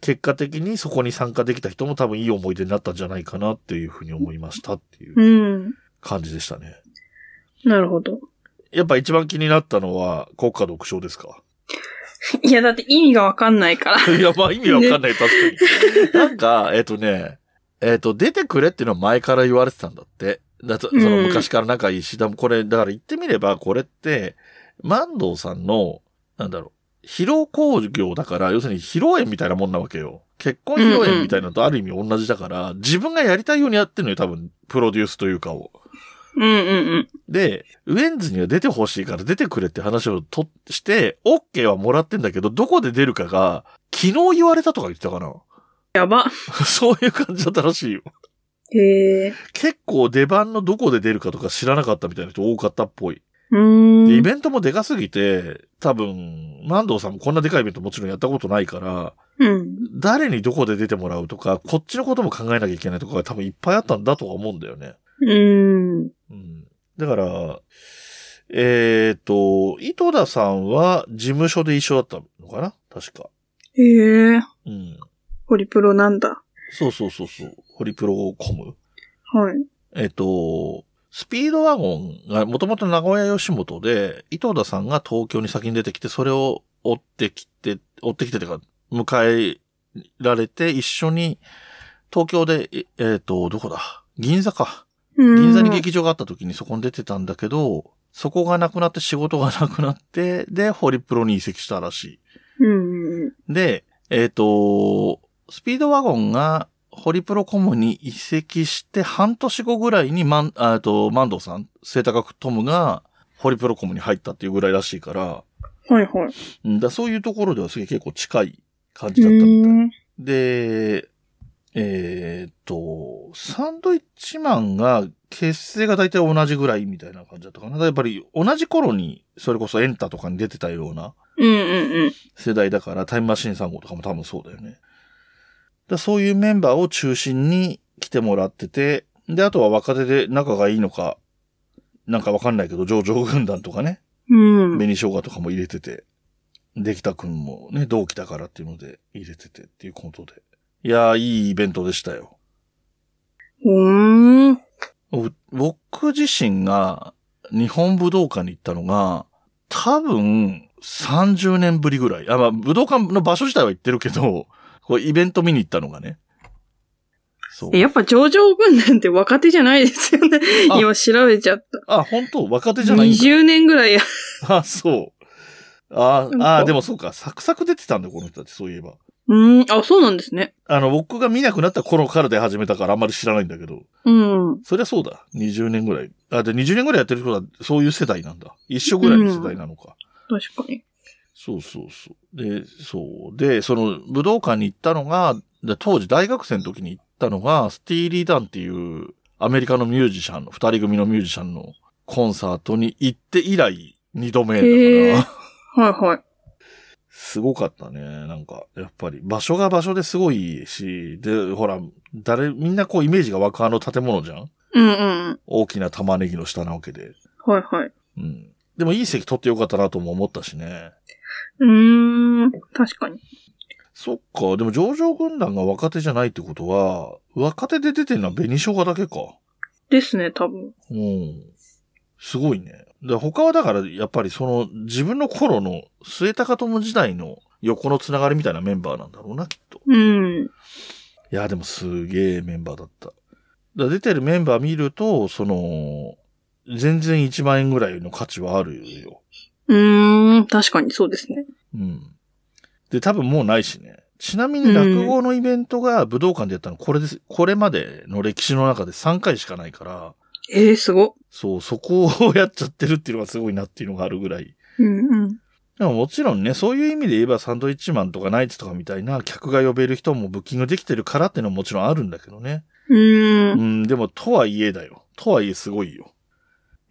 D: 結果的にそこに参加できた人も多分いい思い出になったんじゃないかなっていうふうに思いましたっていう
A: うん。
D: 感じでしたね。
A: なるほど。
D: やっぱ一番気になったのは国家独唱ですか
A: いや、だって意味がわかんないから。
D: いや、まあ意味わかんない、確かに。なんか、えっ、とね、えっ、と、出てくれっていうのは前から言われてたんだって。だとその
A: うん
D: 昔から仲いいし、でもこれ、だから言ってみれば、これって、万堂さんの、なんだろう、披露工業だから、要するに披露宴みたいなもんなわけよ。結婚披露宴みたいなのとある意味同じだから、自分がやりたいようにやってるのよ、多分、プロデュースというかを。
A: うんうん
D: で、ウエンズには出てほしいから出てくれって話をとして、OK はもらってんだけど、どこで出るかが、昨日言われたとか言ってたかな。
A: やば。
D: そういう感じだったらしいよ。
A: へえ。
D: 結構出番のどこで出るかとか知らなかったみたいな人多かったっぽい。
A: う
D: でイ
A: ーん。
D: ベントもでかすぎて、多分、南藤さんもこんなでかいイベントもちろんやったことないから、
A: うん。
D: 誰にどこで出てもらうとか、こっちのことも考えなきゃいけないとかが多分いっぱいあったんだとは思うんだよね。
A: うん。
D: うん。だから、えっ、と、井戸田さんは事務所で一緒だったのかな確か。
A: へえ。
D: うん。
A: ホリプロなんだ。
D: そうそうそうそう。ホリプロコム。
A: はい。
D: えっ、と、スピードワゴンがもともと名古屋吉本で、伊藤田さんが東京に先に出てきて、それを追ってきて、追ってきててか、迎えられて、一緒に、東京で、えっ、えーと、どこだ銀座か。
A: うん
D: 銀座に劇場があった時にそこに出てたんだけど、そこがなくなって仕事がなくなって、で、ホリプロに移籍したらしい。
A: うんうん。
D: で、えっ、と、スピードワゴンがホリプロコムに移籍して半年後ぐらいにマン、あえっと、マンドさん、聖高くトムがホリプロコムに入ったっていうぐらいらしいから、
A: はいはい。
D: うんだそういうところではすげえ結構近い感じだったみたい。
A: うん
D: で、えっ、と、サンドイッチマンが結成が大体同じぐらいみたいな感じだったかな。だからやっぱり同じ頃に、それこそエンタとかに出てたような
A: うんうん。
D: 世代だから、タイムマシーン3号とかも多分そうだよね。だからそういうメンバーを中心に来てもらってて、で、あとは若手で仲がいいのか、なんかわかんないけど、上場軍団とかね、
A: うん。
D: 紅生姜とかも入れてて、できたくんもね、同期だからっていうので入れててっていうことで。いやー、いいイベントでしたよ。
A: うーん。
D: お僕自身が日本武道館に行ったのが、多分30年ぶりぐらい。あ、まあ、武道館の場所自体は行ってるけど、これイベント見に行ったのがね。そう
A: え。やっぱ上場軍団って若手じゃないですよね
D: あ。
A: 今調べちゃった。
D: あ、本当若手じゃないんだ。
A: 20年ぐらいや。
D: あ、そう。あ
A: なん
D: あ、
A: か
D: でもそうか。サクサク出てたんだよ、この人たち、そういえば。
A: うん。あ、そうなんですね。
D: あの、僕が見なくなった頃から出始めたからあんまり知らないんだけど。
A: うん。
D: そりゃそうだ。20年ぐらい。あ、で、20年ぐらいやってる人はそういう世代なんだ。一緒ぐらいの世代なのか。
A: 確かに。
D: そうそうそう。で、そう。で、その武道館に行ったのが、で当時大学生の時に行ったのが、スティーリー・ダンっていうアメリカのミュージシャンの、二人組のミュージシャンのコンサートに行って以来二度目
A: へ
D: だ
A: ー
D: から、
A: はいはい。
D: すごかったね。なんか、やっぱり場所が場所ですごいし、で、ほら、誰、みんなこうイメージが湧くあの建物じゃん
A: うんうんうん。
D: 大きな玉ねぎの下なわけで。
A: はいはい。
D: うん。でもいい席取ってよかったなとも思ったしね。
A: うーん。確かに。
D: そっか。でも上場軍団が若手じゃないってことは、若手で出てるのは紅生姜だけか。
A: ですね、多分。
D: うん。すごいね。で他はだから、やっぱりその自分の頃の末高友時代の横のつながりみたいなメンバーなんだろうな、きっと。
A: うん。
D: いや、でもすげえメンバーだった。だから出てるメンバー見ると、その、全然1万円ぐらいの価値はあるよ。
A: うーん。確かにそうですね。
D: うん。で、多分もうないしね。ちなみに落語のイベントが武道館でやったの、これです、これまでの歴史の中で3回しかないから、
A: ええー、すごっ。
D: そう、そこをやっちゃってるっていうのがすごいなっていうのがあるぐらい。
A: うんうん。
D: でももちろんね、そういう意味で言えばサンドイッチマンとかナイツとかみたいな客が呼べる人もブッキングできてるからっていうのはもちろんあるんだけどね。
A: う
D: う
A: ーん。
D: ん、でもとはいえだよ。とはいえすごいよ。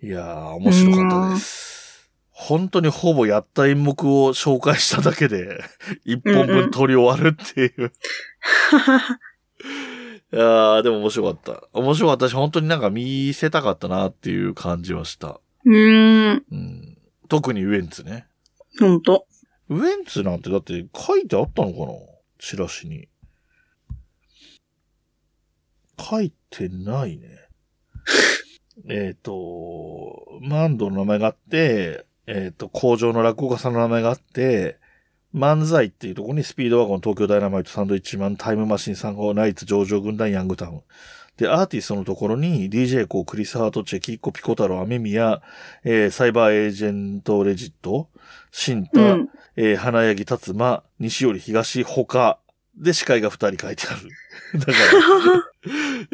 D: いやー、面白かったです。本当にほぼやった演目を紹介しただけで、 一本分取り終わるっていう。 いやー、でも面白かった。面白かったし、本当になんか見せたかったなっていう感じはした。
A: うーん。
D: うん、特にウエンツね。
A: ほんと。
D: ウエンツなんてだって書いてあったのかなチラシに。書いてないね。えっと、マンドの名前があって、えっ、と、工場の落語家さんの名前があって、漫才っていうところにスピードワゴン、東京ダイナマイト、サンドイッチマン、タイムマシン3号、ナイツ、上場軍団、ヤングタウン。で、アーティストのところに、DJ コー、クリス・ハート、チェキッコ、ピコ太郎、アメミヤ、えーサイバーエージェント、レジット、新
A: う
D: 太、
A: ん。
D: えー花柳辰馬、西より東、他。で、司会が二人書いてある。 だから、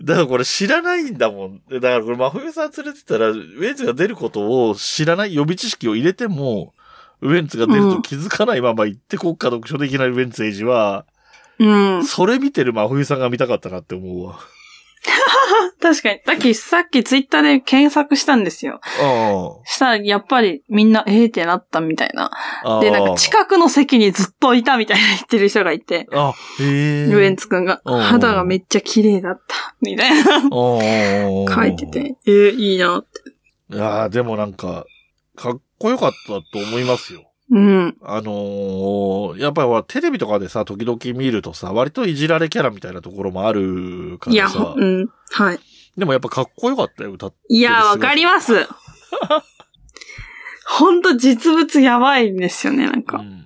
D: だからこれ知らないんだもん。だからこれ、真冬さん連れてたら、ウェンツが出ることを知らない予備知識を入れても、ウェンツが出ると気づかないまま行って国家読書できないウェンツエイジは、
A: うん。
D: それ見てる真冬さんが見たかったなって思うわ。
A: 確かに。さっき、さっきツイッターで検索したんですよ。
D: う
A: したら、やっぱりみんな、えーってなったみたいな。
D: ん。
A: で、なん
D: あ
A: か
D: ー
A: 近くの席にずっといたみたいな言ってる人がいて、
D: あ、へえ。
A: ウエンツくんが、
D: うん
A: 肌がめっちゃ綺麗だった、みたいな。書
D: 書
A: いてて、えー、いいなって。
D: いやーでもなんか、かっこよかったと思いますよ。
A: うん。
D: あのーやっぱりほらテレビとかでさ、時々見るとさ、割といじられキャラみたいなところもあるか
A: いや、
D: ら
A: ほ
D: さ
A: う、ん。はい。
D: でもやっぱかっこよかったよ、歌って。
A: いや、わかり ます。ほんと実物やばいんですよね、なん
D: う
A: か。
D: ん、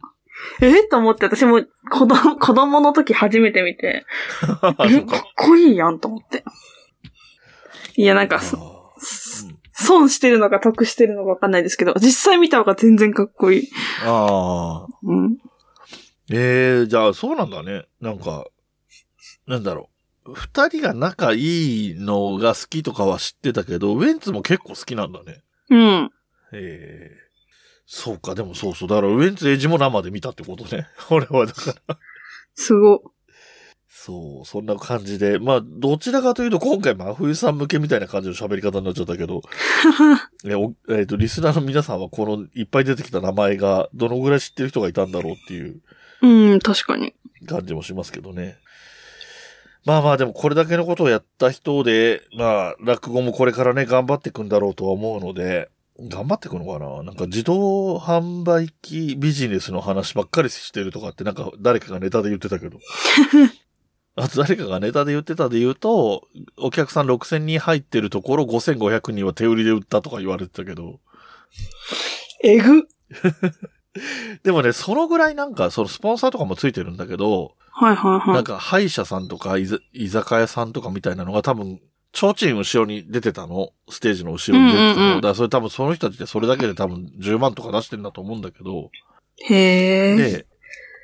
A: えーと思って、私も子供、子供の時初めて見て、え、かっこいいやんと思って。い や、なんか、そ
D: あーうん
A: 損してるのか得してるのかわかんないですけど、実際見た方が全然かっこいい。
D: あー。
A: うん。
D: えー、じゃあそうなんだね。なんか、なんだろう。二人が仲いいのが好きとかは知ってたけど、ウェンツも結構好きなんだね。
A: うん。
D: ええそうか、でもそうそう。だから、ウエンツエイジも生で見たってことね。 俺はだから。
A: すご。
D: そう、そんな感じで。まあ、どちらかというと、今回、真冬さん向けみたいな感じの喋り方になっちゃったけど、えおえっと、リスナーの皆さんは、このいっぱい出てきた名前が、どのぐらい知ってる人がいたんだろうっていう
A: うん、確かに。
D: 感じもしますけどね。まあまあ、でもこれだけのことをやった人で、まあ、落語もこれからね、頑張っていくんだろうとは思うので、頑張っていくのかななんか自動販売機ビジネスの話ばっかりしてるとかってなんか誰かがネタで言ってたけど。あと誰かがネタで言ってたで言うと、お客さん6000人入ってるところ5500人は手売りで売ったとか言われてたけど。
A: えぐ。
D: でもね、そのぐらいなんかそのスポンサーとかもついてるんだけど、
A: はいはいは
D: ないん。か歯医者さんとか居ざ居酒屋さんとかみたいなのが多分、提灯後ろに出てたの。ステージの後ろに出
A: うん
D: てたの。
A: うんうん
D: だからそれ多分その人たちでそれだけで多分10万とか出してんだと思うんだけど。
A: へえ。
D: で、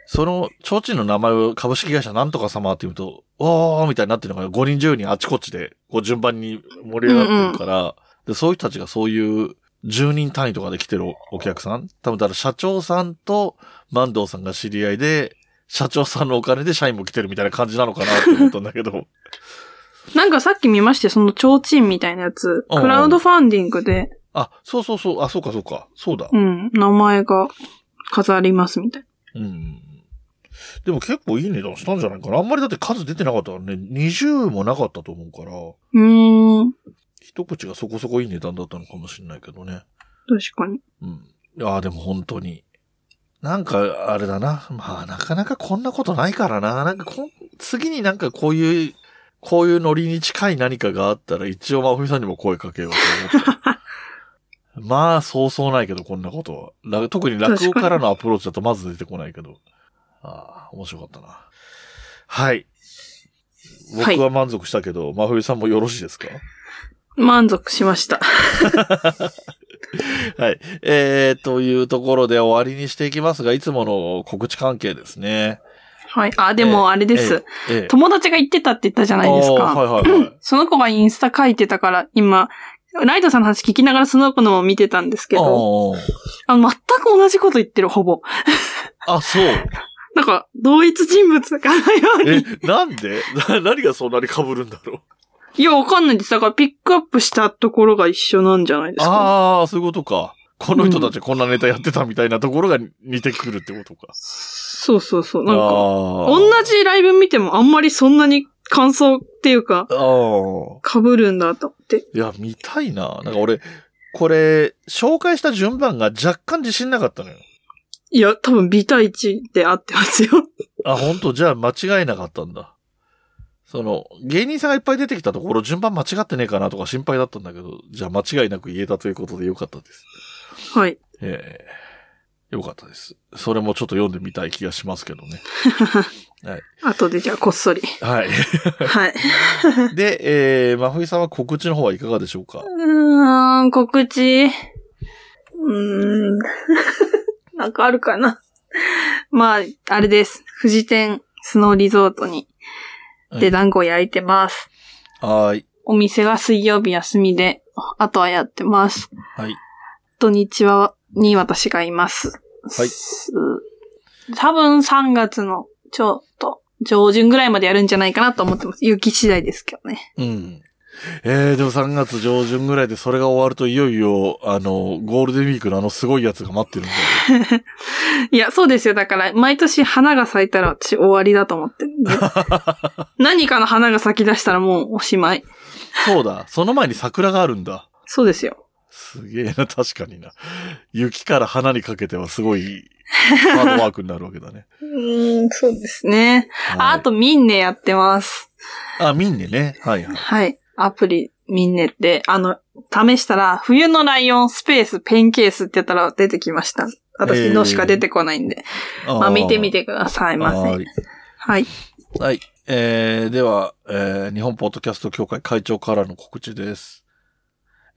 D: その提灯の名前を株式会社なんとか様って言うと、おーみたいになってるのが5人10人あちこちで、こう順番に盛り上がってるから、で、そういう人たちがそういう10人単位とかで来てるおお客さん多分だから社長さんと万堂さんが知り合いで、社長さんのお金で社員も来てるみたいな感じなのかなって思ったんだけど。
A: なんかさっき見まして、その提灯みたいなやつ、
D: うん
A: クラウドファンディングで、
D: あ、そうそうそう、あ、そうかそうか、そうだ。
A: うん、名前が飾りますみたいな。
D: うん。でも結構いい値段したんじゃないかな。あんまりだって数出てなかったからね、20もなかったと思うから。
A: うーん、
D: 一口がそこそこいい値段だったのかもしれないけどね。
A: 確かに。
D: うん。ああ、でも本当に。なんか、あれだな。まあ、なかなかこんなことないからな。なんかこん、次になんかこういう、こういうノリに近い何かがあったら、一応、まふみさんにも声かけようと思って。 まあ、そうそうないけど、こんなことは。ら特に落語からのアプローチだとまず出てこないけど。ああ、面白かったな。はい。
A: はい
D: 僕は満足したけど、まふみさんもよろしいですか
A: 満足しました。
D: はい。えー、というところで終わりにしていきますが、いつもの告知関係ですね。
A: はい。あ、でもあれです。
D: ええ。
A: 友達が言ってたって言ったじゃないです
D: あー
A: か。
D: はいはいはい。
A: その子がインスタ書いてたから、今、ライトさんの話聞きながらその子のも見てたんですけど、
D: あ
A: あ全く同じこと言ってる、ほぼ。
D: あ。あ、そう。
A: なんか、同一人物かのよう
D: え
A: に。、
D: なんで な何がそんなに被るんだろう。
A: いや、わかんないです。だから、ピックアップしたところが一緒なんじゃないですか。
D: ああ、そういうことか。この人たちこんなネタやってたみたいなところが似てくるってことか。
A: そうそうそう。
D: あ
A: なんか、
D: あ
A: 同じライブ見てもあんまりそんなに感想っていうか、
D: ああ。
A: 被るんだと思って。
D: いや、見たいな。なんか俺、これ、紹介した順番が若干自信なかったのよ。
A: いや、多分 B 対1で合ってますよ。
D: あ、本当じゃあ間違えなかったんだ。その、芸人さんがいっぱい出てきたところ、順番間違ってねえかなとか心配だったんだけど、じゃあ間違いなく言えたということでよかったです。
A: はい。
D: ええよかったです。それもちょっと読んでみたい気がしますけどね。
A: 後でじゃあこっそり。
D: はい。
A: はい。
D: で、えー、真冬さんは告知の方はいかがでしょうか
A: うーん、告知。うーん。 なんかあるかな。まあ、あれです。富士店スノーリゾートに、
D: は
A: で
D: い
A: 団子焼いてます。
D: はーい。
A: お店が水曜日休みで、あとはやってます。
D: はい。
A: 土日は、に私がいます。
D: はい
A: す。多分3月のちょっと上旬ぐらいまでやるんじゃないかなと思ってます。雪次第ですけどね。
D: うん。えー、でも3月上旬ぐらいでそれが終わるといよいよ、あの、ゴールデンウィークのあのすごいやつが待ってるんだよ。
A: いや、そうですよ。だから、毎年花が咲いたら私終わりだと思ってるんで何かの花が咲き出したらもうおしまい。
D: そうだ。その前に桜があるんだ。
A: そうですよ。
D: すげえな、確かにな。雪から花にかけてはすごい、ハードワークになるわけだね。
A: うーん、そうですね。
D: は
A: あ
D: い
A: あと、ミンネやってます。
D: あ、ミンネね。はいはい。
A: はい。アプリ、ミンネって、あの、試したら、冬のライオンスペースペンケースってやったら出てきました。
D: え
A: 私
D: ー
A: のしか出てこないんで。
D: あー
A: まあ見てみてくださいませ。
D: は
A: はい
D: い。
A: はい。
D: はい。えー、では、えー日本ポッドキャスト協会会長からの告知です。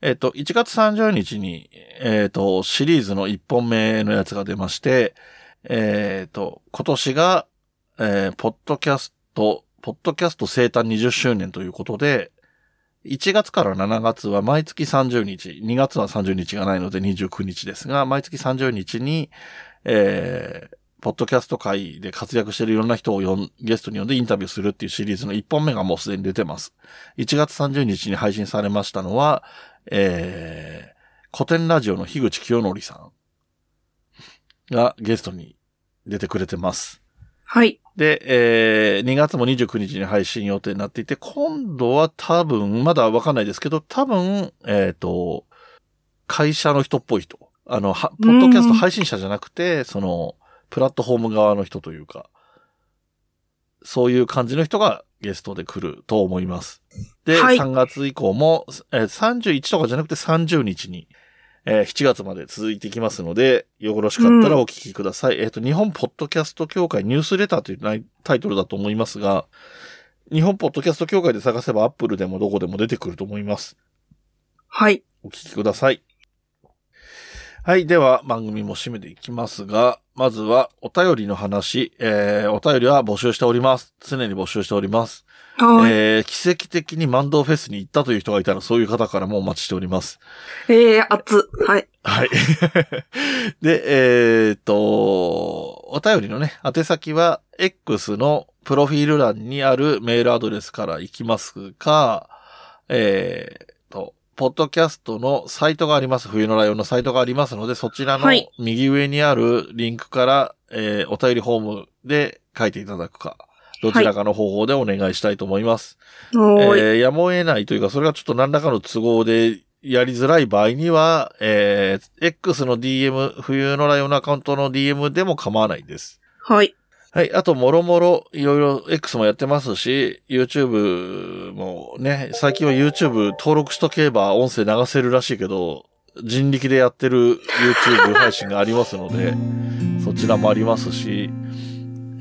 D: えっ、と、1月30日に、えっ、と、シリーズの1本目のやつが出まして、えっ、と、今年が、えーポッドキャスト、ポッドキャスト生誕20周年ということで、1月から7月は毎月30日、2月は30日がないので29日ですが、毎月30日に、えーポッドキャスト界で活躍してるいろんな人を呼んゲストに呼んでインタビューするっていうシリーズの1本目がもうすでに出てます。1月30日に配信されましたのは、えー、古典ラジオの樋口清則さんがゲストに出てくれてます。
A: はい。
D: で、えー、2月も29日に配信予定になっていて、今度は多分、まだわかんないですけど、多分、えっ、と、会社の人っぽい人。あの、はポッドキャスト配信者じゃなくて、その、プラットフォーム側の人というか、そういう感じの人がゲストで来ると思います。で、
A: はい
D: 3月以降も、えー31とかじゃなくて30日に、えー7月まで続いていきますので、よろしかったらお聞きください。えっ、と、日本ポッドキャスト協会ニュースレターというないタイトルだと思いますが、日本ポッドキャスト協会で探せばアップルでもどこでも出てくると思います。
A: はい。
D: お聞きください。はい。では、番組も締めていきますが、まずは、お便りの話。えー、お便りは募集しております。常に募集しております。
A: はい。
D: えー、奇跡的に万堂フェスに行ったという人がいたら、そういう方からもお待ちしております。
A: えー、熱。はい。
D: はい。 で、えーっと、お便りのね、宛先は、X のプロフィール欄にあるメールアドレスから行きますか、えーっと、ポッドキャストのサイトがあります。冬のライオンのサイトがありますので、そちらの
A: はい
D: 右上にあるリンクから、えーお便りフォームで書いていただくか、どちらかの方法でお願いしたいと思います。
A: おーい。
D: えーやむを得ないというか、それがちょっと何らかの都合でやりづらい場合には、えー X の DM、冬のライオンのアカウントの DM でも構わないです。
A: はい。
D: はい。あと、もろもろ、いろいろ X もやってますし、YouTube もね、最近は YouTube 登録しとけば音声流せるらしいけど、人力でやってる YouTube 配信がありますので、そちらもありますし、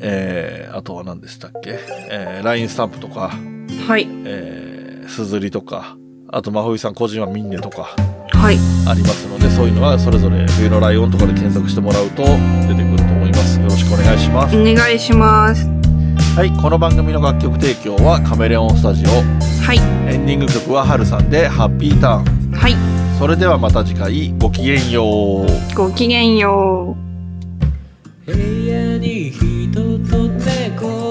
D: えー、あとは何でしたっけえー、LINE スタンプとか、
A: はい。
D: えー、すずりとか、あと、まほいさん個人はミンネとか
A: はい。
D: ありますので、そういうのはそれぞれ冬のライオンとかで検索してもらうと出てくると思います。よろしくお願いします。
A: お願いします。
D: はい、この番組の楽曲提供はカメレオンスタジオ。
A: はい。
D: エンディング曲はハルさんでハッピーターン。
A: はい。
D: それではまた次回、ごきげんよう。
A: ごきげんよう。
B: 部屋に人と猫